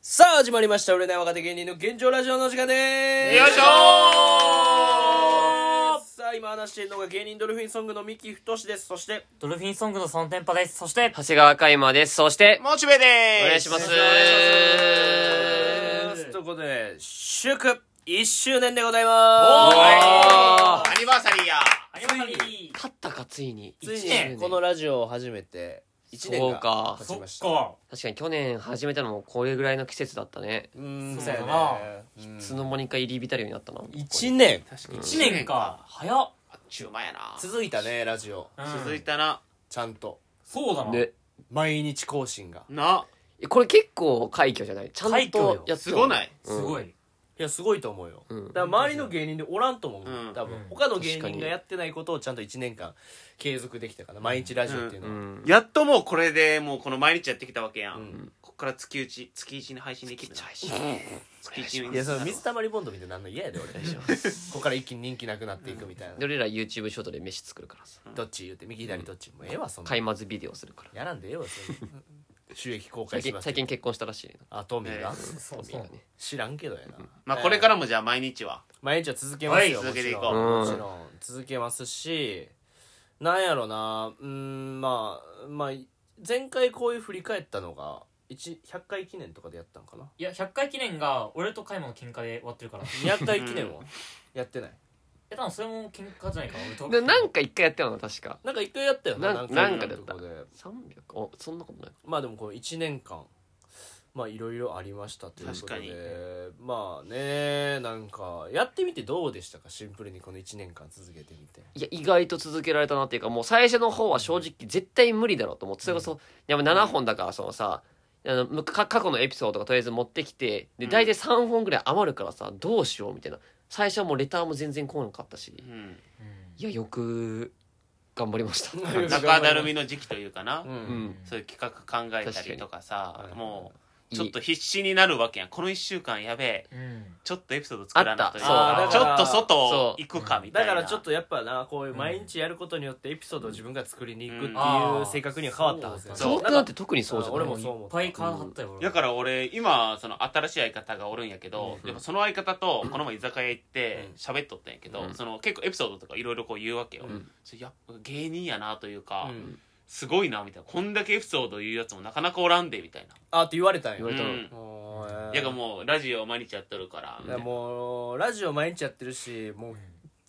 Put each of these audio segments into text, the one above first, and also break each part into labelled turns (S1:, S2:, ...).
S1: さあ始まりました売れない若手芸人の現状ラジオの時間です
S2: よいしょー
S1: さあ今話しているのが芸人ドルフィンソングの三木太ですそして
S3: ドルフィンソングのそのテンパです。そして、
S2: 長谷川海馬です。そして、
S4: モチベで
S2: お
S4: ーす
S2: 願いします。
S1: お願いしますということで祝1周年でございま
S2: お
S1: す
S4: アニバーサリーや
S3: アニバーサリー
S2: 勝ったか、ついに。
S1: つ
S3: 一
S1: いに
S3: 年
S1: このラジオを始めて1年
S2: そう
S1: が
S2: か
S1: 経
S3: そ
S1: ち
S3: っ
S1: ました
S3: か。
S2: 確かに去年始めたのもこれぐらいの季節だったね。
S1: うーん
S3: そう
S1: そう
S3: だ
S1: や
S3: な
S1: ね
S2: いつの間にか入り浸るようになったな。
S1: 1年
S3: 1年か。早っ。
S4: 中間やな
S1: 続いたねラジオ
S3: うん
S4: 続いたな
S1: ちゃんと
S3: そうだな。
S2: ね。
S1: 毎日更新が
S4: な
S2: えこれ結構快挙じゃないちゃ
S3: 快
S2: ん
S3: 挙よ
S2: とやって
S4: すごない
S3: すごい。
S1: いやすごいと思うよ、
S2: うん
S1: だから周りの芸人でおらんと思う、
S4: うん
S1: 多分、
S3: うん
S1: 他の芸人がやってないことをちゃんと1年間継続できたから毎日ラジオっていうの
S2: う
S1: は、
S2: ん。
S4: やっともうこれでもうこの毎日やってきたわけやん、
S1: ん
S4: こっから月一月一に配信できるな月一に
S1: いやその水たまりボンドみたいなの嫌やで俺 ここから一気に人気なくなっていくみたいな、
S2: で俺ら YouTube ショートで飯作るからさ。
S1: どっち言うて右左どっちもうええわそんな
S2: 買いまずビデオするから。
S1: やらんでええわそんな収益公開し
S2: 最近
S1: ます
S2: 最近結婚したらしいな。
S1: あトミーが、
S4: え
S3: そう
S2: みんなね。
S1: 知らんけどやな、
S4: まあこれからもじゃあ毎日は
S1: 毎日は続けますよ、
S4: はい
S1: も
S4: 続けて
S1: ち
S4: い
S1: ろ
S4: こ
S1: んも
S4: う
S1: ちろん続けますしなんやろなうーんまあまあ前回こういう振り返ったのが1 100回記念とかでやったんかない
S3: や、100回記念が俺とカイマの喧嘩で終わってるから。い
S1: 200回記念はやってない
S3: や、多分それも喧嘩じゃないかな。俺と。
S2: でなんか一回やったよな、確か。
S1: なんか一回やったよな
S2: な
S1: 何
S2: なんか
S1: の
S2: だっ
S1: と
S2: た
S1: こで
S2: 300? お、そんなことない。
S1: まあでもこの1年間まあいろいろありましたということ
S4: 確かに
S1: でまあねなんかやってみてどうでしたかシンプルにこの1年間続けてみて
S2: いや意外と続けられたなっていうかもう最初の方は正直絶対無理だろうと思ってそれこそ、やっぱ7本だからそのさあのむか過去のエピソードがとりあえず持ってきてで
S4: うん
S2: 大体3本ぐらい余るからさどうしようみたいな最初はもうレターも全然来なかったし
S4: うん
S3: うん
S2: いやよく頑張りました
S1: うん
S4: 中だるみの時期というかな、
S1: う
S3: うんん
S4: そういう企画考えたりとかさ
S1: 確かに
S4: もう
S2: いい
S4: ちょっと必死になるわけやんこの1週間やべえ
S3: うん。
S4: ちょっとエピソード作らなという
S1: あ
S4: か
S1: った
S4: ち
S1: そう
S4: ょっと
S2: そ
S4: 外
S2: う
S4: 行くかみた
S1: だ
S4: いな
S1: からちょっとやっぱなこういう毎日やることによってエピソードを自分が作りに行くって
S4: うん
S1: いう性格には変わったはずやな
S4: そう
S2: 遠くなって特にそうじゃない
S1: 俺もそう思
S3: いっ
S1: った
S3: ぱい体張ったよ。俺
S4: だから俺今その新しい相方がおるんやけど、
S1: うん
S4: やっぱその相方とこの前居酒屋行って
S1: うん
S4: 喋っとったんやけど、
S2: うん
S4: その結構エピソードとかいろいろこう言うわけよ、
S1: うん
S4: それやっぱ芸人やなというか、
S1: うん
S4: すごいなみたいなこんだけエピソード言うやつもなかなかおらんでみたいな
S1: あって言われたんや
S2: 言われたの、
S4: うん
S1: おーえー
S4: やがもうラジオ毎日やっとるからみ
S1: い
S4: たい
S1: や
S4: な
S1: もうラジオ毎日やってるしもう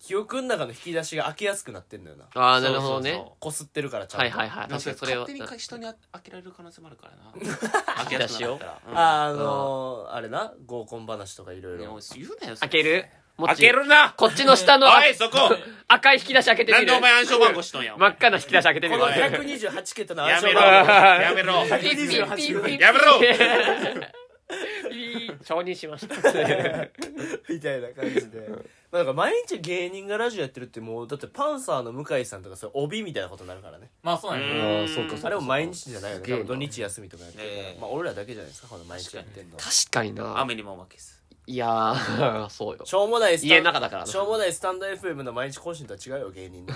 S1: 記憶の中の引き出しが開けやすくなってんのよな
S2: ああなるほどね
S4: そうそうそ
S1: こすってるからちゃんと
S2: はいはいはい
S4: なん
S2: 確か
S4: か
S2: にそれは
S4: 勝手にか人にあ開けられる可能性もあ るからな開けやすくなったら、うん
S1: あーあのー、あれな合コン話とかいろい
S4: いや
S1: ろ
S4: もう言うなよそれ
S2: 開けるもっち
S4: 開けるな
S2: こっちの下の
S4: おいそこ
S2: 赤い引き出し開けて
S4: な
S2: みる
S4: んでお前暗証番号しとんやお
S2: 真っ
S4: 前
S2: 赤な引き出し開けてみ
S1: こ
S2: る
S1: の128桁の
S4: やめろ
S1: 番
S4: やめろ
S1: ピッピッピッピッ
S4: やめろ
S2: 承認しま し た
S1: 号みたいな感じでなんか毎日芸人がラジオやってるってもうだってパンサーの向井さんとかそれ帯みたいなことになるからね
S3: まあそうなんや。
S4: うんそうか
S1: あれも毎日じゃないよ
S2: す
S1: ね
S2: げえ
S1: 多
S2: な
S1: 分土日休みとかやってるから、
S4: ええ
S1: まあ俺らだけじゃないですかこの毎日やってんの
S2: 確かにな
S4: 雨にも負けず
S2: いやーそうよ
S1: しょうもないスタン
S2: 家の中だからな
S1: しょうもないスタンド FM の毎日更新とは違うよ芸人 の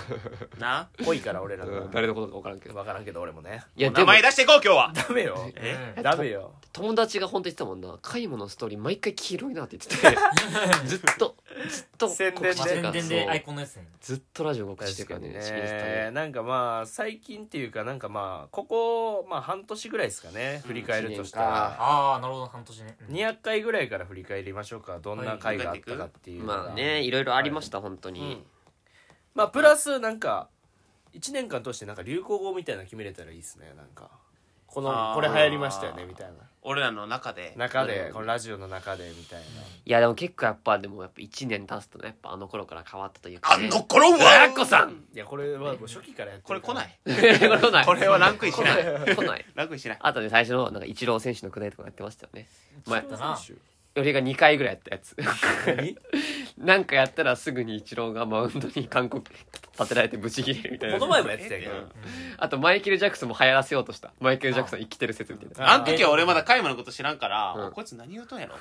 S4: な
S1: 濃いから俺らが
S2: うん誰のことか分からんけど
S1: 分からんけど俺もね
S2: いやで
S4: 名
S2: も
S4: 前出していこう今日は
S1: ダメよ
S3: え
S1: ダメよ
S2: 友達が本当に言ってたもんな「買い物のストーリー毎回黄色いな」って言 っててずっとずっと
S1: 宣伝で
S2: 告知してるから
S3: 宣伝でアイ
S2: そ
S3: コンのやつね。
S2: うずっとラジオ告知して
S1: 確
S2: るか
S1: からに
S2: ね
S1: ねなんかまあ最近っていうかなんかまあここまあ半年ぐらいですかね振り返るとしたら
S3: ああ、なるほど、半年ね。うん
S1: 200回ぐらいから振り返りましょうかどんな回があったかっていうのが
S2: まあねいろいろありました本当に
S1: まあプラスなんか1年間通してなんか流行語みたいなの決めれたらいいですねなんかこの
S4: あー
S1: これ流行りましたよねみたいな
S4: 俺らの中で
S1: 中でこのラジオの中でみたい
S2: いやでも結構やっぱでもやっぱ1年経つとねやっぱあの頃から変わったというか
S4: あ
S2: ね
S4: の頃は
S2: あっこさん
S1: ないやこれはもう初期からやって
S4: これ
S1: るか
S4: 来
S1: ら
S4: ない
S2: これ来ない
S4: これはランクインし
S2: 来
S4: な
S2: ないい来ない
S4: ランクインしない
S2: あとね最初のなんかイチロー選手のくだりとかやってましたよね前
S3: だな。
S2: 俺が2回ぐらいやったやつ
S1: 何
S2: なんかやったらすぐにイチローがマウンドに韓国立てられてブチ切れるみたいな
S1: この前もやってたけど
S4: うん
S2: あとマイケル・ジャクソンも流行らせようと したマイケル・ジャクソン生きてる説みたいな
S1: あ
S4: あの時は俺まだカイマのこと知らんから、
S2: うん
S4: こいつ何言うとんやろ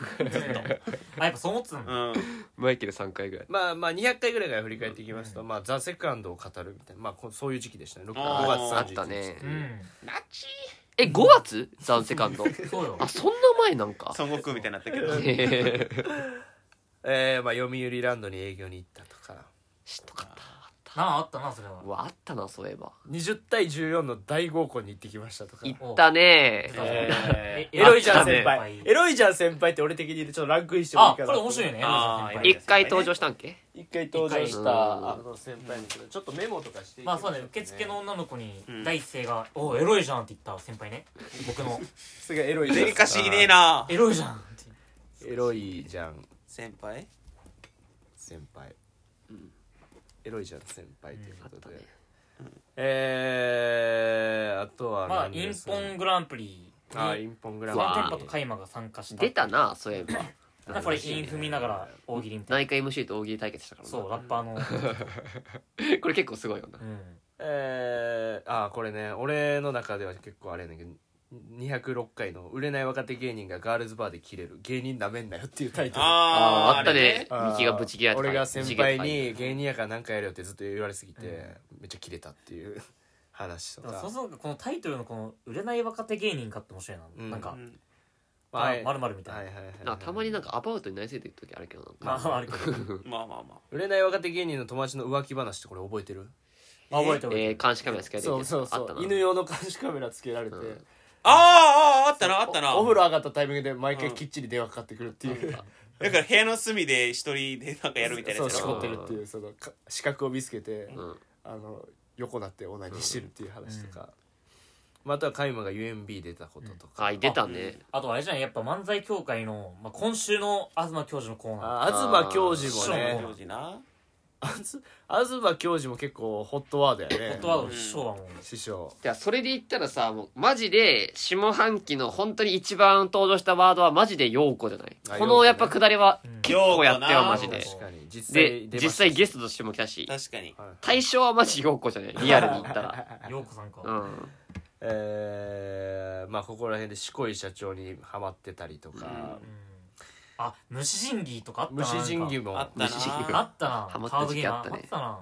S3: あ、やっぱそう思ってたんだ。
S4: うん
S2: マイケル3回ぐらい
S1: まあまあ200回ぐらいから振り返っていきますと、まあザ・セカンドを語るみたいな、まあこ、そういう時期でしたね6
S4: あー
S1: 5
S2: あ
S1: 月31日
S2: ったね
S3: うん。
S4: ナチ
S2: え5月ザンセカンド
S3: そうよ
S2: あそんな前なんか
S4: 孫悟空みたいになったけど
S2: へえ
S1: えー、まあ読売ランドに営業に行ったとか
S2: 知っとかっ
S3: なああったなそれは
S2: たうわあったなそういえば
S1: 20対14の大合コンに行ってきましたとか
S2: 行ったね
S1: え
S3: え
S1: ーエロいじゃん
S2: あったね
S1: 先輩、エロいじゃん先輩って俺的にちょっとランクインしてもいい
S3: あ
S1: かな
S3: これ面白いよね
S4: あー
S3: エロいじゃ
S4: いい
S2: 一
S3: ん先輩
S4: ね
S2: 回登場したんけ
S1: 一回登場し
S2: 一
S1: た
S2: 回
S1: あの先輩ですけどちょっとメモとかしていき
S3: まあ
S1: し
S3: そ
S1: ょ
S3: うだね受付の女の子に
S4: うん
S3: 第一声が「おうエロいじゃん」って言った先輩ね僕の
S1: すごいエロいじゃん
S4: デリカシーねえな
S3: 「エロいじゃん」って
S1: エロいじゃん
S4: 先輩
S1: 先輩、
S4: うん
S1: エロいじゃん先輩ということで、
S2: うんあったね
S1: えー、あとは
S3: まあ
S1: 何
S3: イ
S1: で
S3: ン
S1: すか
S3: ポングランプリに
S1: あーインポングラ
S3: 3
S1: ム
S2: わ
S3: 店
S2: ー
S3: 舗とカイマが参加した
S2: 出たなそういえば
S3: だからこれ韻踏みながら大喜利みたい
S2: 内科 MC と大喜利対決したか
S3: な
S2: ら
S3: そう
S2: な
S3: ラッパー の
S2: これ結構すごいよな
S3: うん
S1: えー、あーこれね俺の中では結構あれやねんけど206回の「売れない若手芸人がガールズバーで切れる芸人なめんなよ」っていうタイトル
S2: あーあった
S4: れ
S2: ね
S1: あー
S2: ミキがブチギレ
S1: 俺が先輩に芸人やから何かやるよってずっと言われすぎて、めっちゃキレたっていう話と
S3: でもそ
S1: か
S3: もそもこのタイトルのこの「売れない若手芸人か」って面白いな、
S1: うん
S3: なん
S4: う
S3: か
S4: ん
S3: 「
S1: まあ
S3: ま
S1: はい
S3: るまるみたいな、
S1: はいはいはいはい
S2: たまになんかアバウトになりすぎてる時あるけど
S3: ま
S2: なんか
S3: ああ るけど
S4: まあまあま
S1: 売れない若手芸人の友達の浮気話ってこれ覚えてる
S3: まあ覚えておい
S2: え
S3: て
S2: ー監視カメラつけられてる
S1: そ
S2: や
S1: う
S2: つ
S1: そうそ
S2: あった
S1: う
S2: な
S1: 犬用の監視カメラつけられて、
S2: うん
S4: あーあーあったなあったな
S1: お風呂上がったタイミングで毎回
S4: うん
S1: きっちり電話かかってくるっていう、
S4: だから部屋の隅で一人でなんかやるみたいな
S1: そう
S4: やつ
S1: し
S4: や
S1: こ
S4: ろ
S1: ってるっていうそのか資格を見つけて、
S2: うん
S1: あの横なってオナニーしてるっていう話とか、まあ、あとはカイマが UMB 出たこととか、
S2: あ出たね
S3: あとあれじゃないやっぱ漫才協会の、まあ、今週の東教授のコーナー
S1: あ東教授も
S3: そう
S1: ね
S4: 当時な
S1: あず東教授も結構ホットワードやね
S3: ホットワードの師匠はもう、
S1: 師匠
S2: じゃあそれで言ったらさもうマジで下半期の本当に一番登場したワードはマジで陽子じゃない
S1: あ陽
S2: こ
S1: 子
S2: の
S1: ね
S2: やっぱ下りは
S3: うん
S2: 結構やった
S4: 陽
S2: よ
S4: 子な
S2: マジで
S1: 確かに実
S2: で
S1: 際
S2: 実際ゲ
S1: ス
S2: ストとしても来たし
S4: 確かに
S1: ト、はい
S2: 対象はマジ陽子じゃないリアルに言ったら
S3: ようこさんか、
S2: うん
S1: えーまあここら辺でしこい社長にハマってたりとか
S3: う、んあ虫神技とかあったな
S1: 虫神技
S3: も
S1: も
S4: あったな
S2: 無視人
S3: あったな
S2: ハマった
S3: カードゲーム
S2: 時期あ
S3: あ
S2: ったね
S3: ったな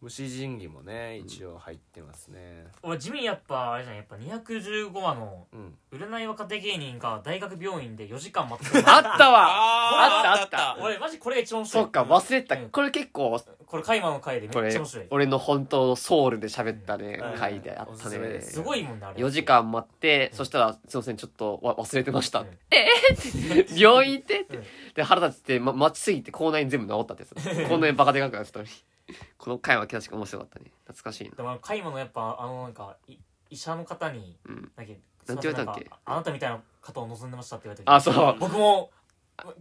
S1: 虫神技もね一応入ってますね
S3: 俺地味にやっぱあれじゃんやっぱ215話の
S1: うん
S3: 売れない若手芸人が大学病院で4時間 待ってた
S2: あ ったわ
S4: あ
S2: あったあ
S4: あっ
S3: 俺マジこれが一番面白い
S2: そっか忘れてた
S3: うん
S2: これ結構
S3: これカイマの回でめっち
S2: こ
S3: ゃ
S2: れ
S3: 面白い
S2: 俺の本当のソウルで喋ったね
S4: うん
S2: 回であ
S1: お
S2: っ
S1: す
S2: た
S1: すめで
S2: ね
S1: す
S3: すごいもんなあれ
S2: 4時間待って、
S3: うん
S2: そしたら「すいませんちょっとわ忘れてました」
S3: うん
S2: えー って病院行って」って
S3: うん
S2: で腹立って、ま、待ちすぎて口内炎全部治ったってやつ口 内炎バカでかくなってたのにこの回は確か面白かったね懐かしいな
S3: でもあのカイマのやっぱあのなんかい医者の方に
S2: うん
S3: な
S2: なん
S3: んか
S2: て言われたっけ
S3: すいませんなんかあなたみたいな方を望んでましたって言われた
S2: あそう
S3: 僕も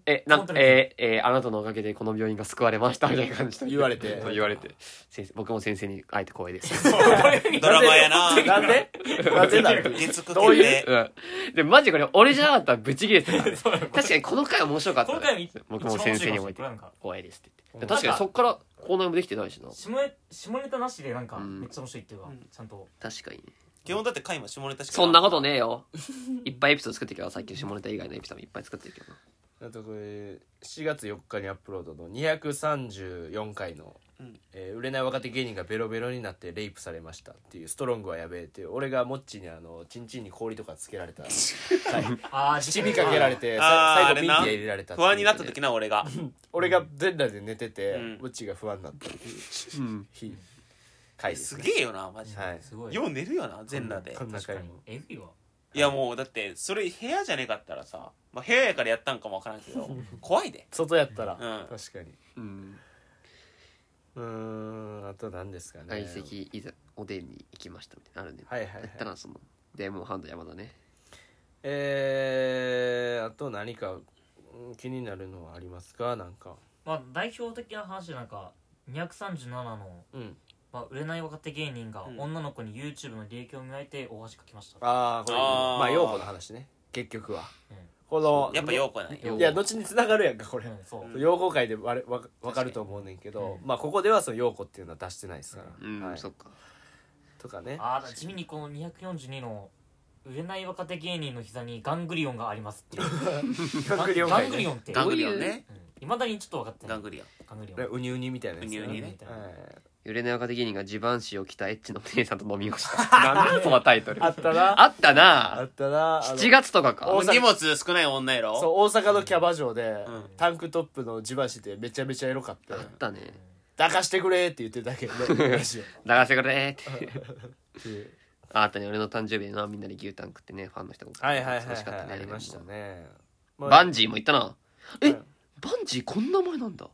S2: えなん
S3: 本当に
S2: えーえーあなたのおかげでこの病院が救われましたみたいな感じで
S1: 言われて
S2: そう言われて先生僕も先生に会えて光栄です
S4: たドラマやな
S1: なんでなんでなんで
S4: 月9
S1: どういう
S4: で
S2: うんでマジこれ俺じゃなかったらブチギレてたからね
S3: そうよ
S2: 確かにこの回面白かった、ね、
S3: この回も一
S2: 僕も先生にも言っ
S3: 一
S2: て
S3: 番面白いかもしれないこれなんか
S2: 光栄ですって言っ
S1: う
S2: て
S1: ん
S2: 確かにそっから口内炎もできてないしな
S3: 下ネ下ネタなしでなんか
S2: うん
S3: めっちゃ面白いっていうか、ちゃんと
S2: 確かにね
S4: 基本だって回も下ネタしか
S2: そんなことねえよいっぱいエピソード作ってきた最近下ネタ以外のエピソードもいっぱい作ってるけどな
S1: あとこれ7月4日にアップロードの234回の、
S4: うん
S1: えー売れない若手芸人がベロベロになってレイプされました」っていう「ストロングはやべえ」っていう俺がモッチーにあのチンチンに氷とかつけられた
S3: ああ
S1: 七味かけられて
S4: あー
S1: さ最後
S4: あれ
S1: ピン
S4: な
S1: ティ入れられたて
S4: 不
S1: いう
S4: 安になった時な俺が
S1: 俺が全裸で寝てて、
S4: うん
S1: モッチーが不安になったっていう
S2: うん
S1: 日回ですすね
S4: げえよなマジで
S1: はい
S3: すごい
S4: よう寝るよな全裸で
S1: こんな
S3: 確か
S1: 回
S3: に
S1: も
S3: えぐいわ
S4: いやもうだってそれ部屋じゃねえかったらさまあ部屋やからやったんかもわからんけど怖いで
S1: 外やったら、
S4: うん
S1: 確かに
S2: うん
S1: うーんあと何ですかね
S2: 相席いざおでんに行きましたみたいなのあるね
S1: はいはいはい
S2: やったらそのデーモンハンド山田ね
S1: えー、あと何かうん気になるのはありますかなんか
S3: まあ代表的な話でなんか237の、
S1: うん
S3: まあ、売れない若手芸人が
S4: うん
S3: 女の子に YouTube の利益を見られて大橋かきました、
S1: ああこれ
S4: あー
S1: まあ擁護の話ね結局は、
S3: うん
S1: この
S4: やっぱようこない
S2: よ
S1: いや後に繋がるやんかこれ、
S3: うんそう、
S4: ん
S1: 擁護会でわれわ分かると思うねんけど、
S3: う
S1: まあここではその擁護っていうのは出してないですから、
S2: うん、
S1: はい
S2: そっか
S1: とかね
S3: ああ地味にこの242の売れない若手芸人の膝にガングリオンがありますっていう
S1: ガングリオン
S3: ガ
S1: 会
S3: ングリ
S1: ね
S3: オンって
S4: ガングリオンね
S3: いま、未だにちょっと分かってな
S4: ガ
S3: い
S4: ングリオン
S3: ガングリオン
S1: ウニウニみたいなやつね
S4: ウニウニね
S1: はい
S2: 揺れない若手芸人が地盤師を着たエッチの姉さんと飲みをした なんだそのタイトル
S1: あったな
S2: あった
S1: あ
S2: な
S1: ったなあの
S2: 7月とかか
S1: 大阪
S4: 荷物少ない女やろ
S1: そう大阪のキャバ嬢で、
S4: ん
S1: タンクトップの地盤師でめちゃめちゃエロかった
S2: あったね
S1: 抱かしてくれって言ってたけどねラジオ
S2: 流してくれーって
S1: って いう
S2: ああったね俺の誕生日でなみんなで牛タン食ってねファンの人が
S1: はいはいはい、
S2: 楽しか
S1: は
S2: った
S1: い、
S2: ね
S1: ありましたね、まあ
S2: バンジーも行ったなえ
S1: はい
S2: バンジーこんな前なんだ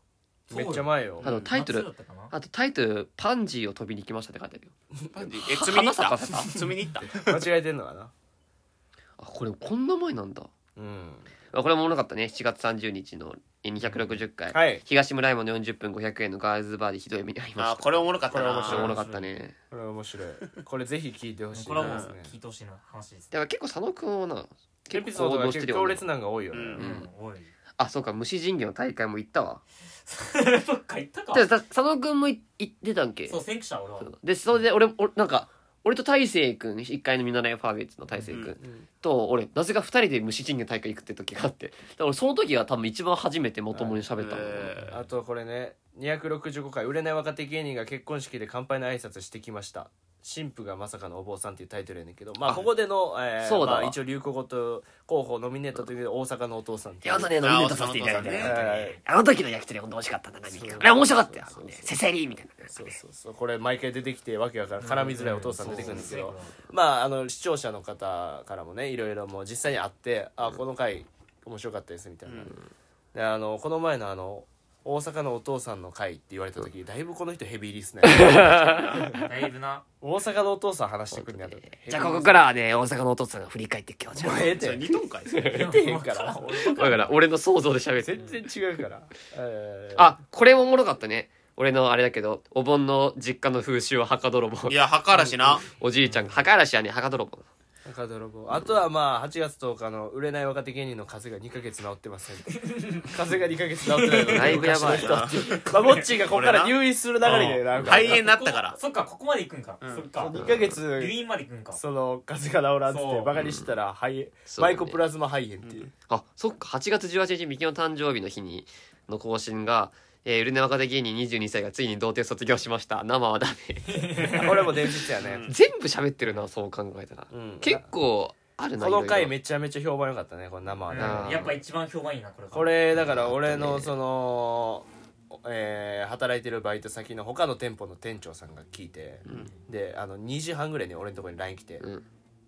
S1: めっちゃ前よ
S2: あのタイトル
S3: 夏だったかな
S2: あとタイトル「パンジーを飛びに行きました」って書いてあるよ
S4: パン ジーえ積みに行っ
S2: 花
S4: た
S2: 咲かせた
S4: 積みに行 った
S1: 間違えてんのかな
S2: あこれこんな前なんだ
S1: うん
S2: あこれもおもろかったね7月30日のえ260回、
S1: はい
S2: 東村山の40分500円のガールズバーでひどい目に遭いました
S4: あーこれおもろかっ
S1: こ
S4: た
S1: れ
S4: な
S1: 面
S2: ちょっとおも
S1: 白
S2: ろかったね
S1: これ面白いこれぜひ聞いてほしいな
S3: これはもう
S1: ね
S3: 聞いてほしいな話です
S2: だから結構佐野くんはな
S1: エ
S2: 結
S1: ピ
S2: 構
S1: ソード
S2: 行
S1: が
S2: 動し
S1: 結
S2: て
S1: 構強
S2: るよね
S1: 烈なんが多いよね、
S4: うん
S3: うんおい
S2: あそうか虫人魚の大会も行ったわ
S3: どっか行った
S2: だ
S3: か
S2: からさ佐野くんもい行ってたんけ
S3: そう先駆者俺は
S2: そうでそれで俺俺なんか俺と大成君1階の見習いファーベッツの大成君、
S1: ん
S2: と俺なぜか2人で虫人魚の大会行くって時があってだから俺その時が多分一番初めてまともに喋ったの、
S4: えー
S1: あとこれね265回売れない若手芸人が結婚式で乾杯の挨拶してきました新婦がまさかのお坊さんっていうタイトルやねんけどまあここでの、えー
S2: そうだわ
S1: まあ、一応流行語と候補ノミネートという大阪のお父さんっていう
S2: やだね、飲みネートさせていただいて、
S4: あお父さん
S1: ね
S2: あの時の焼き鳥ほんと美味しかったんだな、何か。あれ面白かったよ。ねせせりみたいな。
S1: そうそうそうこれ毎回出てきてわけわからん絡みづらいお父さん出てくるんですけ
S3: そう
S1: ど
S3: そう
S1: まああの視聴者の方からもねいろいろもう実際に会って「あこの回面白かったです」みたいな、であのこの前のあの大阪のお父さんの回って言われた時、だいぶこの人ヘビーリスナー
S3: だいぶな
S1: 大阪のお父さん話してくるんだと
S2: じゃあここからはね、大阪のお父さんが振り返って今日じゃ
S1: え えっ
S4: それ
S1: て
S4: 二トンかいそれ
S1: 出てへん から
S2: だから俺の想像で喋って。
S1: 全然違うからえー
S2: あ、これもおもろかったね。俺のあれだけど、お盆の実家の風習は墓泥棒
S4: い。や墓嵐な
S2: おじいちゃんが、墓嵐はね、墓泥棒。
S1: 中泥棒あとはまあ8月10日の売れない若手芸人の風邪が2ヶ月治ってません風邪が2ヶ月治ってないの
S2: だいぶやばい
S1: 昔の人ってうまあモッチーがここから
S4: これな
S1: 入院する流れでなん
S4: 肺
S1: か
S4: 炎になったから
S3: そっかここまで行くんか
S4: うん
S3: そっか
S1: 2ヶ月
S3: 入院まで行くんか
S1: その風邪が治らんっつっ
S3: そ
S1: て
S3: う
S1: バカにしたら肺炎
S2: そうね
S1: マイコプラズマ肺炎っていう
S2: あ、そっか、8月18日、ミキの誕生日の日に、の更新が、えー、売れない若手芸人22歳がついに童貞卒業しました。生はダメ。
S1: あこれも伝説やね
S2: 全部喋ってるな、そう考えたら。
S1: うん
S2: 結構、あるな、
S1: この
S2: い
S1: 回
S2: ろいろ
S1: めちゃめちゃ評判良かったねこの生は
S3: うん
S1: ね
S2: なあ
S3: やっぱ一番評判いいなこれが
S1: これだから俺
S2: あった
S1: の
S2: ね
S1: その、えー働いてるバイト先の他の店舗の店長さんが聞いて、であの2時半ぐらいに俺のところに LINE 来て、
S2: うん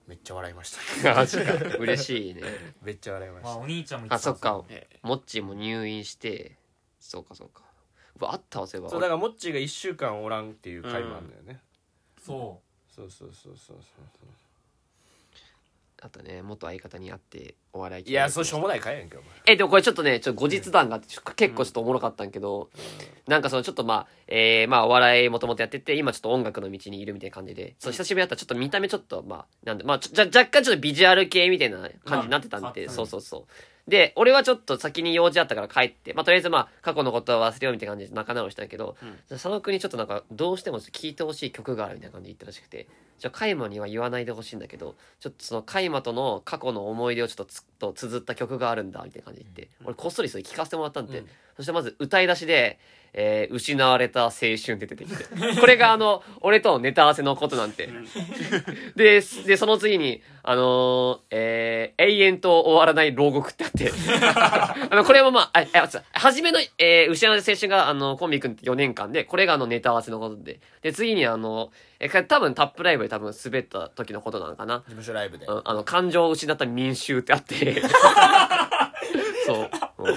S1: めっちゃ笑いました
S2: マジか嬉しいね
S1: めっちゃ笑いまし
S3: まあ
S1: た
S3: お兄ちゃんも言
S2: あ
S3: てた
S2: そっか
S4: ええ
S2: モッチーも入院してそうかそうかうわあったわそういえば
S1: そうだからモッチーが1週間おらんっていう回もあるんだよね、
S3: そ
S1: そうそうそうそうそう
S2: あとね元相方に会ってお笑い
S1: いやそうしょうもない回やんけお前
S2: えでもこれちょっとねちょっと後日談があってちょ結構ちょっとおもろかったんけど、なんかそのちょっとまあえー、まあお笑いもともとやってて今ちょっと音楽の道にいるみたいな感じでそう久しぶりだったらちょっと見た目ちょっとまあなんでまあちょじゃ若干ちょっとビジュアル系みたいな感じになってたんで、
S3: まあ
S2: そうそうそうで俺はちょっと先に用事あったから帰ってまあとりあえずまあ過去のことは忘れようみたいな感じで仲直りしたんやけど、
S4: うん
S2: 佐野君にちょっとなんかどうしても聴いてほしい曲があるみたいな感じで言ったらしくてじゃあカイマには言わないでほしいんだけどちょっとそのカイマとの過去の思い出をちょっとつと綴った曲があるんだみたいな感じで言って、俺こっそりそれ聞かせてもらったんで、
S1: うん
S2: そしてまず歌い出しで「えー失われた青春」って出てきてこれがあの俺とのネタ合わせのことなんてででその次にあのーえー永遠と終わらない牢獄」ってあって あのこれもまあああそう初めの、えー失われた青春があのコンビ組んで4年間でこれがあのネタ合わせのことでで次にあの、えー多分タップライブで多分滑った時のことなのかな
S1: 事務所ライブで、
S2: うんあの、感情を失った民衆ってあ って。そう。うんうん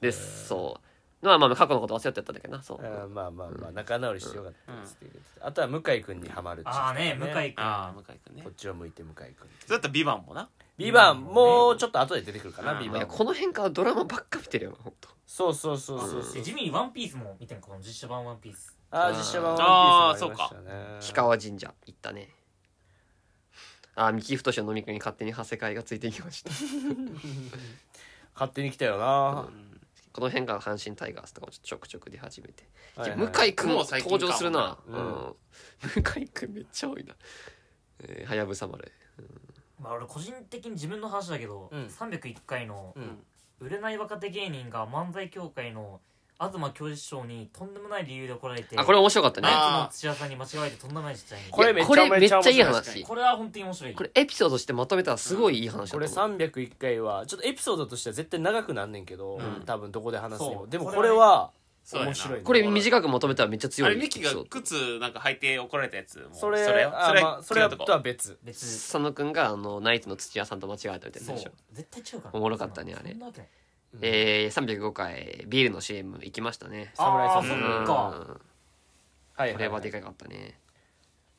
S2: で、そう。まあまあ、過去のこと忘れてたんだけどな、そう。
S1: あーまあまあまあ仲直りしてよかったですって言ってたあとは向井君にハマるっ
S3: う
S1: ていう
S3: ああね向井君
S4: ああ向井君ね
S1: こっちを向いて向井君
S4: そうだったら「ビバンもな
S1: ビバンもうちょっと後で出てくるかな、
S4: うん
S1: ビ
S2: い
S1: バ
S2: や
S1: ン
S2: この辺からドラマばっか見てるよな、ほんと。
S1: そうそうそうそうそう
S3: で地味にワンピースも見てんかこの実写版ワンピース
S1: ああ実写版
S4: あ
S1: ワ
S4: ー
S1: ンピースもありましたね
S2: 氷川神社行ったね。あー、三木太の飲み会に勝手に長谷会がついていき ました。
S1: 勝手に来たよな、
S2: この辺から阪神タイガースとかもちょくちょく出始めて。
S1: はいはい
S2: 向井くん
S4: もう最近か
S2: 登場するな。う
S1: うんん。
S2: 向井くんめっちゃ多いな。えーはやぶさ丸。
S3: まあ俺個人的に自分の話だけど
S1: うん
S3: 301回の
S1: うん
S3: 売れない若手芸人が漫才協会の東教授賞にとんでもない理由で怒られて
S2: あ、これ面白かったね。
S3: ナイ
S4: あ
S3: ツの土屋さんに間違えてとんでもない実態に
S1: これめっちゃ
S2: いやこれめっちゃいい
S1: めっちゃ面白
S2: 話。
S3: これは本当に面白い
S2: これエピソードとしてまとめたらすごいいい話だ
S1: これ
S2: と思う。
S1: 301回はちょっとエピソードとしては絶対長くなんねんけど、
S4: うん
S1: 多分どこで話すに
S3: そ
S1: も
S3: う
S1: でもこ
S3: こ
S1: れ
S3: れ
S1: は
S4: そうやな
S1: 面白いね
S2: これ短くまとめたらめっちゃ強
S4: あ
S2: い
S4: れ
S2: エ
S4: ミ
S2: ピ
S4: キ
S2: ソ
S4: が
S2: ード。
S4: 靴なんか履いて怒られたやつもう
S1: それ
S4: それ
S1: あまあそれ
S4: 違
S1: は
S4: うとこと
S1: は別
S3: 別
S2: 佐野くんがあのナイツの土屋さんと間違えたみたいな
S3: そ
S2: や
S3: う
S2: つでしょ。
S3: 絶対違うから
S2: おもろかったねあれ
S3: そんなわけない
S2: えー、305回ビールの CM 行きましたね。
S1: 侍さん
S3: あーそっか
S2: うん
S1: はい
S2: これはでかかったね。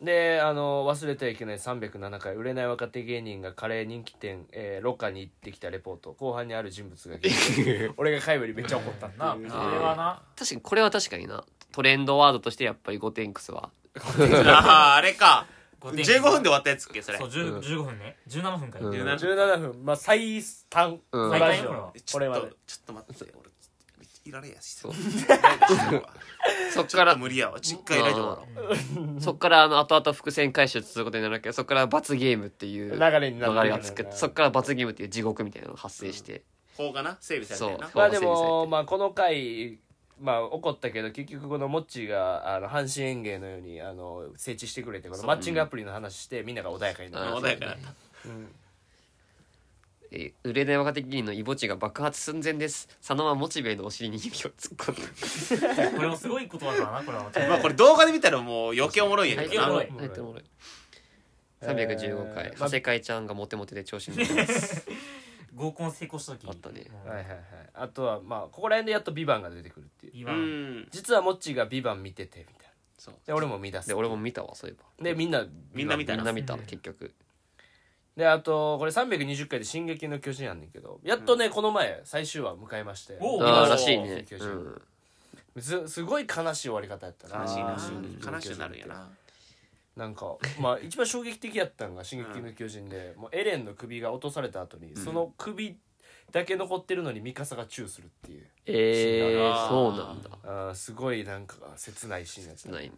S1: であの忘れてはいけない307回売れない若手芸人がカレー人気店、えー、ロッカーに行ってきたレポート後半にある人物が聞いて俺がカイブにめっちゃ怒った
S3: なそれはな
S2: 確かにこれは確かにな。トレンドワードとしてやっぱりゴテンクスは。
S4: あーあれか
S3: 5
S4: 15分で終わったやつっけそれ
S3: そう10 15分ね17分かい
S2: うん
S4: 17
S1: 17分まあ最短
S2: うん
S1: ラジオ
S3: うん
S4: ち
S1: こ
S4: ょ
S1: れ
S4: っ
S1: は
S4: と
S1: ね
S4: ちょっと待って俺いられやし
S2: う
S4: ち
S2: そ
S4: ょ
S2: っか
S4: っと
S2: ら、
S4: 無理やわ実家いられても
S2: そっからあの後々伏線回収することになるわけど、そっから罰ゲームっていう
S1: 流
S2: 流
S1: れになって
S2: れが作って、そっから罰ゲームっていう地獄みたいなのが発生して。
S4: 法がな整備されてるな
S2: そう
S1: まあで
S2: 整理され
S1: も、
S2: て
S1: まあ、この回、まあ、怒ったけど結局このモッチーがあの阪神園芸のようにあの整地してくれてこのマッチングアプリの話してみんなが穏やかにな
S2: うん
S1: る
S4: 穏やかだった
S2: えー売れない若手議員のイボチが爆発寸前です佐野はモチベのお尻に指を突っ込んだ
S3: これもすごいことだからなこれは
S4: まあこれ動画で見たらもう余計おもろいんや
S2: 入
S4: け
S2: っ
S4: どな
S2: ても
S3: は
S2: ら
S3: い
S2: い入ってもらい315回、長谷会ちゃんがモテモテで調子に乗ってます
S3: 合コン成功した時
S2: あったね
S1: はいはいはいあとはまあここら辺でやっと「ビバンが出てくるっていう
S4: う
S3: 今
S4: ん
S1: 実はモッチーが「ビバン見ててみたいな
S4: そう
S1: で俺も見出す
S2: で俺も見たわそういえ
S1: でみんな
S4: みんな見
S2: ば
S4: た
S2: みんな見た
S3: うん
S2: 結局
S1: であとこれ320回で「進撃の巨人」やんねんけどやっとね、この前最終話迎えまして
S3: おう
S2: あ
S4: お
S2: ー
S4: う
S2: らしいね
S1: 進撃の
S2: う
S1: 巨
S2: ん
S1: 人すすごい悲しい終わり方やったな
S4: 悲しいな
S1: 進撃の巨人
S4: 悲しくなるんやな
S1: なんか、まあ、一番衝撃的やったのが「進撃の巨人で」もうエレンの首が落とされた後に、その首だけ残ってるのにミカサがチューするっていう
S2: え
S4: あー
S2: ーそうなんだ
S1: あーすごいなんか切ないシーンやった
S2: ないね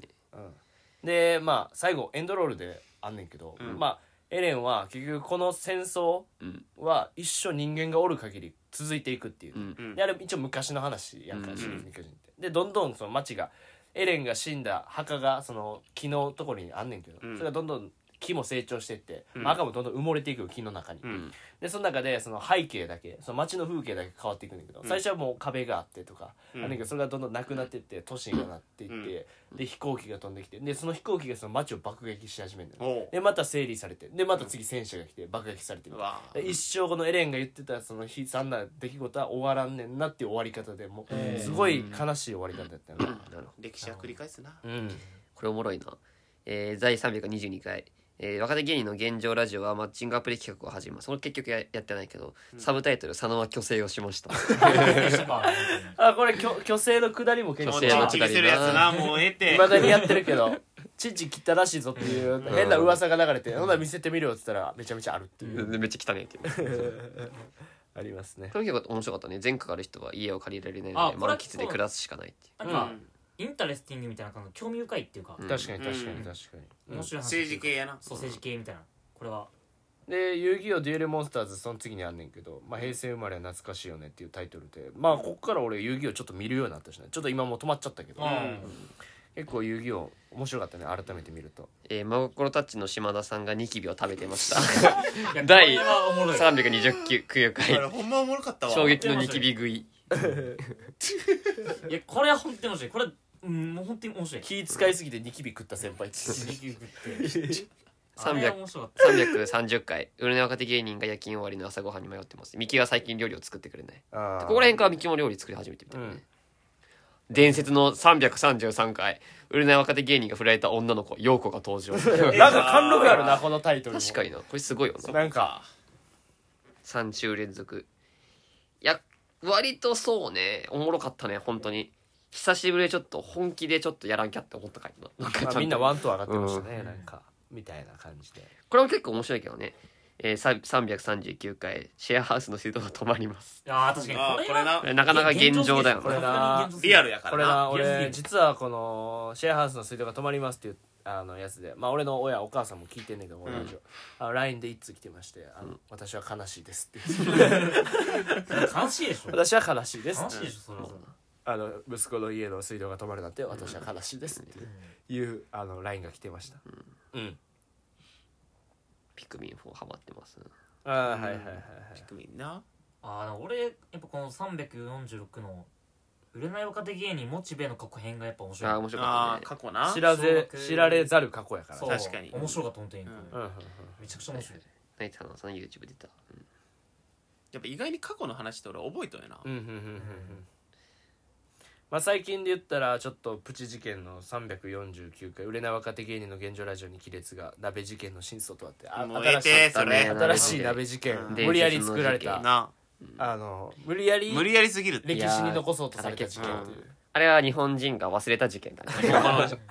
S1: でまあ最後エンドロールであんねんけど、
S4: うん
S1: まあエレンは結局この戦争
S2: うん
S1: は一生人間がおる限り続いていくっていう
S2: う、ん
S4: うん
S1: であれ一応昔の話やんから
S2: う
S1: 「
S2: ん
S1: 進撃の巨人」ってでどんどんその町がエレンが死んだ墓がその木のところにあんねんけど、
S4: うん
S1: それがどんどん木も成長してって、
S4: うん
S1: まあ赤もどんどん埋もれていく木の中に、
S4: うん
S1: でその中でその背景だけその町の風景だけ変わっていくんだけど、
S4: うん
S1: 最初はもう壁があってとか、
S4: うん
S1: あんねんけどそれがどんどんなくなってって都市がなっていって、で飛行機が飛んできてでその飛行機がその町を爆撃し始めるんだよ
S4: おう
S1: でまた整理されてでまた次戦車が来て爆撃されて
S4: う
S1: る
S4: わ
S1: で一生このエレンが言ってたその悲惨な出来事は終わらんねんなっていう終わり方でも
S3: うん
S1: うすごい悲しい終わり方だったよね
S2: なるほど
S4: 歴史は繰り返すな
S1: うん
S2: これおもろいなえー第322回えー若手芸人の現状ラジオはマッチングアプリ企画を始めます。これ結局ややってないけど、サブタイトル、佐野は虚勢をしました。
S3: したから本当に
S1: あこれ虚虚勢の下りも結
S4: 気
S1: 構
S4: 持ち
S2: 虚勢の
S4: を
S2: 下
S4: ち
S2: り
S4: ぎせるやつなもうええって
S1: いまだにやってるけど 父切ったらしいぞっていう変な噂が流れてほな見せてみろよっつったらめちゃめちゃあるっていう
S2: めっちゃ汚ねっていう。
S1: ありますね
S2: この曲面白かったね前科がある人は家を借りられないの
S3: あ
S2: で
S3: これ
S2: 満喫で暮らすしかないっていう
S3: なん
S4: う
S3: か
S4: ん
S3: インタレスティングみたいな感じ興味深いっていうか
S2: うん
S1: 確かに確か
S4: う
S1: に確
S4: ん
S1: かに、うん
S3: 面白い話
S4: 政治系やな
S3: そう政治系みたいなこれは
S1: で「遊戯王デュエルモンスターズ」その次にあんねんけど「まあ、平成生まれは懐かしいよね」っていうタイトルでまあここから俺遊戯王ちょっと見るようになったしねちょっと今もう止まっちゃったけど、
S3: うん
S1: 結構遊戯王面白かったね改めて見ると
S2: えー、真心タッチの島田さんがニキビを食べてました
S3: いや
S2: 第
S3: これはおもろい
S2: 329
S4: あれ
S2: 回
S4: ほんまおもろかったわ
S2: 衝撃のニキビ食い
S3: いやこれは本当に面白いこれうんもう本当に面白い
S1: 気使いすぎてニキビ食った 先輩って
S3: あれは面白かっ
S2: 330回売れない若手芸人が夜勤終わりの朝ごはんに迷ってますミキが最近料理を作ってくれない
S1: あ
S2: こ
S1: ー
S2: こら辺からミキも料理作り始めてみたいなね、伝説の333回売れない若手芸人が振られた女の子陽子が登 場確
S1: なんか貫禄あるなこのタイトルも
S2: かになこれすごいよな
S1: なんか
S2: 3週連続いや割とそうねおもろかったね本当に久しぶりにちょっと本気でちょっとやらんきゃって思った回だななん
S1: ま
S2: かちゃん
S1: あ
S2: と
S1: みんなワンと上がってましたね、なんかみたいな感じで
S2: これも結構面白いけどね、えー、さ339回シェアハウスの水道が止まります
S3: たあー確かに
S4: あーこれな
S2: これなかなか現状だよ
S3: これ
S2: な
S3: な現状
S4: リアルやか
S1: こ
S4: ら
S1: れ
S4: な
S1: な俺実はこのシェアハウスの水道が止まりますっていうあのやつでまあ俺の親お母さんも聞いてんねんけど、俺のラジオあの LINE で一通来てましてあの、私は悲しいです」って
S3: 悲しいでしょ
S1: 私は悲しいです」
S3: 悲
S1: っ
S3: していでしょそれはそれ
S1: あの息子の家の水道が止まるなんて私は悲しいですっていうあの LINE が来てましたうん
S2: ピクミン4ハマってます
S1: ああはいはいはいはい
S4: ピクミンな
S3: ああでも俺やっぱこの346の売れない若手芸人モチベの過去編がやっぱ面白い
S2: あー面白か
S4: あ
S2: っ
S4: ー
S2: たね
S4: 過去な
S1: 知らぜ
S3: 小学
S1: 知られざる過去やから
S3: そう
S1: ね
S4: 確かに
S3: 面白かった本当に、
S4: うん
S1: うんうんうん
S3: めちゃくちゃ面白い
S2: 何言ってたのその YouTube 出た、うん
S4: やっぱ意外に過去の話って俺覚えとんやな、
S1: うんうんうんうんまあ最近で言ったらちょっとプチ事件の349回売れない若手芸人の現状ラジオに亀裂が鍋事件の真相とあってあ
S4: もうええ
S1: 新しい
S4: てそれ
S2: あったね
S1: 新しい鍋事件
S4: うん
S1: 無理やり作られた
S4: な
S1: あの無理やり
S4: 無理やりすぎるって
S1: 歴史に残そうとされた事件という
S2: あれは日本人が忘れた事件だね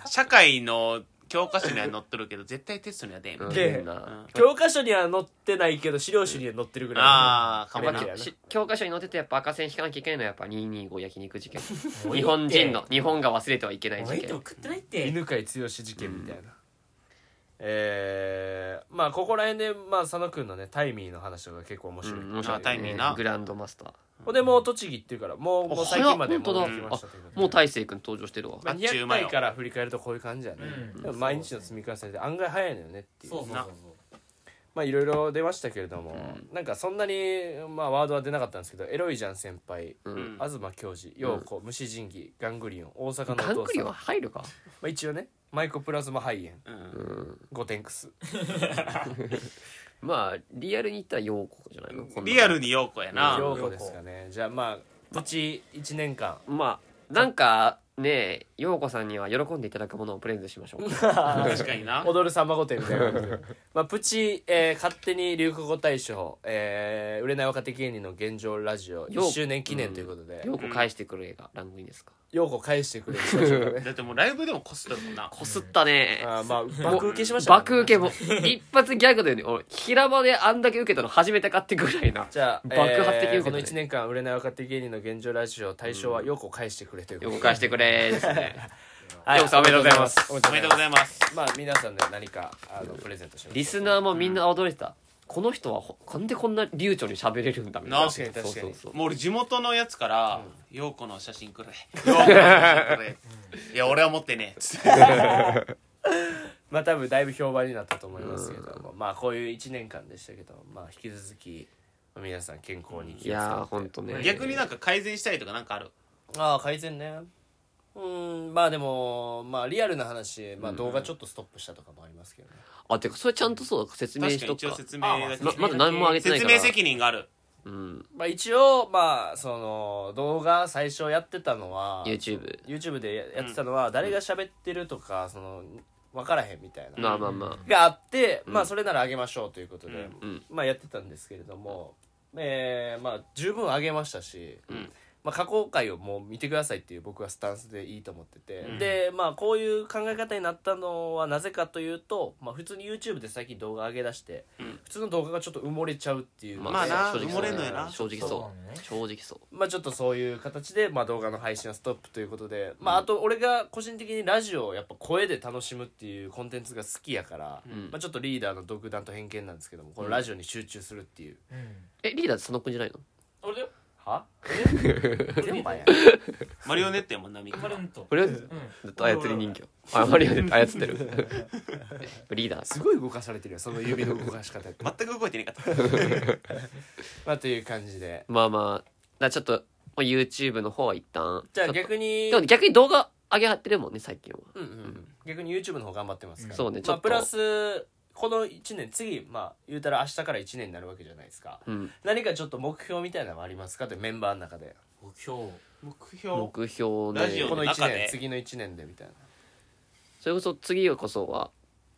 S4: 社会の教科書には載っとるけど絶対テストには出ん、
S2: うん
S4: うん
S1: で
S2: みんな
S1: 教科書には載ってないけど資料集には載ってるぐらい
S4: あー
S1: か
S4: かも
S1: も
S4: な
S1: な
S2: し教科書に載っててやっぱ赤線引かなきゃいけないのはやっぱ225焼肉事件
S3: もういいって
S2: 日本人の日本が忘れてはいけない
S3: もう
S2: 事
S3: いいって
S2: 件
S3: 送ってないって
S1: 犬飼剛事件みたいな、えー、まあここら辺で、まあ、佐野くんのねタイミーの話とか結構面白い、
S2: 面白い
S4: あタイミーな
S2: グランドマスター
S1: ほんでもう栃木っていうからもうもう最近まで
S2: あ
S1: 戻
S2: 本当だ
S1: ってきましたということで
S2: もう大勢君登場してるわ
S1: まあ、
S4: あっちゅ
S1: 200
S4: う間よ
S1: 回から振り返るとこういう感じやね、
S3: うん
S1: でも毎日の積み重ねで案外早いのよねっていう
S3: そうそうそう
S1: まあいろいろ出ましたけれども、なんかそんなに、まあ、ワードは出なかったんですけどエロいじゃん先輩、
S4: ん
S1: 東教授陽子、虫神器ガングリオン大阪のお父
S2: ガ
S1: さん
S2: ンクリは入るか
S1: まあ、一応ねマイコプラズマ肺炎ゴテンクス
S2: まあリアルに言ったら陽子じゃないのこんな
S4: リアルに陽子やな
S1: 両方ですかねじゃあまあうち1年間
S2: まあなんかね陽子さんには喜んでいただくものをプレゼントしましょ う
S4: 確かにな
S1: 踊るさんま御殿みたいな感じ でまあプチ、えー勝手に流行語大賞、えー売れない若手芸人の現状ラジオ
S2: よう
S1: 1周年記念ということで
S2: 陽子返してくる映画ランクインですか
S1: ようこ返してくれる人たちが ね
S4: だってもうライブでもこすっとるもんな
S2: こすったね
S1: あーまあ爆受けしましたね
S2: 爆受けも一発ギャグだよね俺平場であんだけ受けたの初めて買ってぐらいな
S1: じゃあ、
S2: 爆発的
S1: え
S2: 受
S1: ー
S2: け
S1: こ
S2: た
S1: の
S2: ね
S1: 1年間売れない若手芸人の現状ラジオ大賞はようこ返してくれということ
S2: 横
S1: で
S2: 返してくれーです ね
S1: はい
S2: ようこさんおめでとうございます
S1: おめ
S4: おめでとうございます
S1: まあ皆さんで何かあのプレゼントします
S2: リスナーもみんな驚いてた、この人はほなんでこんな流暢に喋れるんだみたいな
S4: 確か
S1: に確かに
S2: そうそうそう
S4: もう俺地元のやつから「陽子の写真くれ」「陽子の写真くれ」いや俺は持ってねえつって
S1: まあ多分だいぶ評判になったと思いますけども、まあこういう1年間でしたけど、まあ引き続き皆さん健康に
S2: い
S1: 気を
S2: や
S1: つ
S2: ー
S1: けて
S2: 本当ね
S4: 逆になんか改善したいとかなんかある
S1: ああ改善ねうんまあでもまあリアルな話、まあ、動画ちょっとストップしたとかもありますけどね、
S2: あてかそれちゃんとそう説明
S4: 確
S2: し
S4: か
S2: と
S4: に
S2: くか
S4: 一応説明だけ
S2: ままだ何もあげてない
S4: 説
S2: から
S4: 明責任がある
S2: うん、
S1: まあ一応まあその動画最初やってたのは
S2: YouTube
S1: YouTube でややってたのは誰が喋ってるとか、その分からへんみたいな
S2: まあまあま
S1: があって、まあそれならあげましょうということで、
S2: うんうん
S1: まあやってたんですけれども、えーまあ十分あげましたし、まあ過去回をもう見てくださいっていう僕はスタンスでいいと思ってて、でまあこういう考え方になったのはなぜかというと、まあ普通に YouTube で最近動画上げ出して、普通の動画がちょっと埋もれちゃうっていう
S2: あ
S1: ので、
S4: まあな
S2: 正直
S4: 埋もれんのやな
S2: 正直
S3: そうな
S2: そ
S3: のね
S2: う正直そう
S1: まあちょっとそういう形で、まあ、動画の配信はストップということで、まああと俺が個人的にラジオをやっぱ声で楽しむっていうコンテンツが好きやから、まあちょっとリーダーの独断と偏見なんですけどもこのラジオに集中するっていう、
S3: うん
S2: えリーダーって佐野くんじゃないの
S3: 俺だよ
S1: は 全般や
S4: マリオネットやもんなみん
S3: マ
S4: な
S3: リオネット
S2: これはず
S3: うん
S2: っと操り人形あマリオネット操ってるリーダー
S1: すごい動かされてるよその指の動かし 方って、
S4: 全く動いてなかった
S1: まあ、という感じで
S2: まあまあだからちょっと YouTube の方は一旦
S1: じゃあ
S2: ちょっと
S1: 逆に
S2: でも逆に動画上げはってるもんね最近は
S1: うんうん、逆に YouTube の方頑張ってますから、
S2: そうねちょ
S1: まあ、
S2: っと
S1: プラスこの1年次まあ言うたら明日から1年になるわけじゃないですか、
S2: うん
S1: 何かちょっと目標みたいなのはありますかってメンバーの中で
S3: 目標
S4: 目標
S2: 目標
S4: ラジオ
S1: こ
S2: ね
S1: の1
S4: 中で
S1: 年次の1年でみたいな
S2: それこそ次こそは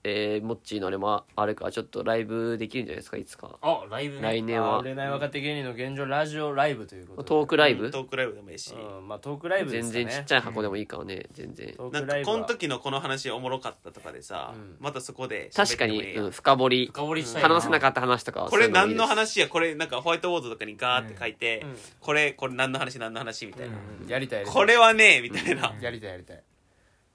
S2: えー、モッチーのあれもあるからちょっとライブできるんじゃないですかいつか
S3: あライブね
S2: 来年
S1: あ
S2: は
S1: 売れない若手芸人の現状ラジオライブということで
S2: トークライブ
S4: トークライブでもいいし
S1: うんまあ、トークライブで
S2: 全
S1: すかね
S2: 然ちっちゃい箱でもいいからね全然
S1: トー
S4: な
S1: ク
S4: ん
S1: ラ
S4: か
S1: イブ
S4: こ
S1: は
S4: の時のこの話おもろかったとかでさ
S1: うん
S4: またそこで喋っ
S2: 確か
S4: てもいい
S2: に、うん、深掘り
S3: 深掘りしたいな
S2: 話せなかった話とかは
S4: これ
S2: そういうもい
S4: 何
S2: いです
S4: の話やこれなんかホワイトボードとかにガーって書いて、
S1: うん
S4: これこれ何の話何の話みたいな、
S1: やりたいやりたい
S4: これはねみたいな、
S1: やりたいやりたい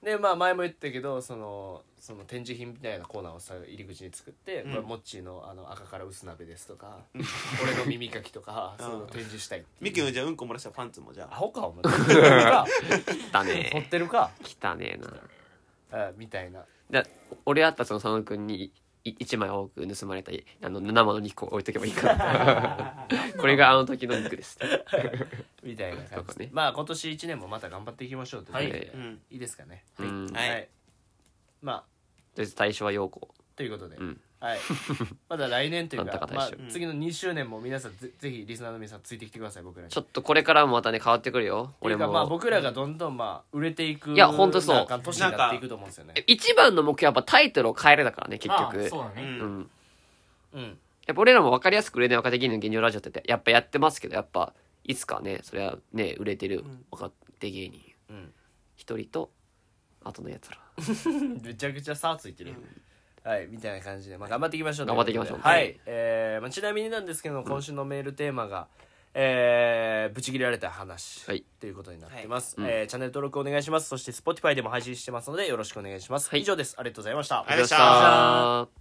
S1: でまあ前も言ったけどそのその展示品みたいなコーナーをさ入り口に作って、
S4: うん
S1: これモッチーのあの赤から薄鍋ですとか、俺の耳かきと か
S4: うん
S1: そういうの展示したいってい
S4: ミ
S1: う
S4: キのじゃあうんこ漏らしたパンツもじゃ
S1: ア
S4: あ
S1: ホかお 前撮ってるか
S2: 汚
S1: 撮っ
S2: ね
S1: てるか
S2: え汚ねえな
S1: あみたいな
S2: だ俺あったその佐野君にい一枚多く盗まれたいあの生の肉を置いとけばいいからこれがあの時の肉です
S1: みたいな感
S2: と
S1: じ
S2: か
S1: で、
S2: ね
S1: まあ今年1年もまた頑張っていきましょうということで、
S2: は
S4: う
S1: い、
S4: ん
S1: いですかね
S2: うんとり
S4: はい
S1: まあ
S2: あえず対象は陽子
S1: ということで、
S2: うん
S1: はい、 まだ来年という
S2: なん
S1: か
S2: とか
S1: まあ
S2: 大将、
S1: 次の2周年も皆さんぜぜひリスナーの皆さんついてきてください僕らに
S2: ちょっとこれからもまたね変わってくるよ
S1: ってい
S2: 俺
S1: うか
S2: も、
S1: まあ僕らがどんどんまあ売れていく
S2: いやほんとそう
S1: なんか年になっていくと思うんですよね
S2: え一番の目標はやっぱタイトルを変えるだからね結
S3: まあ
S2: 局
S3: そうだね、
S4: うん
S2: うん
S1: うん
S2: やっぱ俺らも分かりやすく売れない若手芸人の現状ラジオってやっぱやってますけどやっぱいつかねそれはね売れてる若手芸人
S1: うん
S2: 一人と後のやつら
S1: めちゃくちゃ差ついてるよね、はいみたいな感じで、まあ、頑張っていきましょう
S2: 頑張っていきましょ
S1: と
S2: う
S1: いことではい、えーまあ、ちなみになんですけど今週のメールテーマが、えーブチ切れられた話、
S2: はい
S1: ということになってます、
S2: はい
S1: えーチャンネル登録お願いしますそして Spotify でも配信してますのでよろしくお願いします、
S2: はい
S1: 以上ですありがとうございました
S4: ありがとうございました
S2: ありがとうございました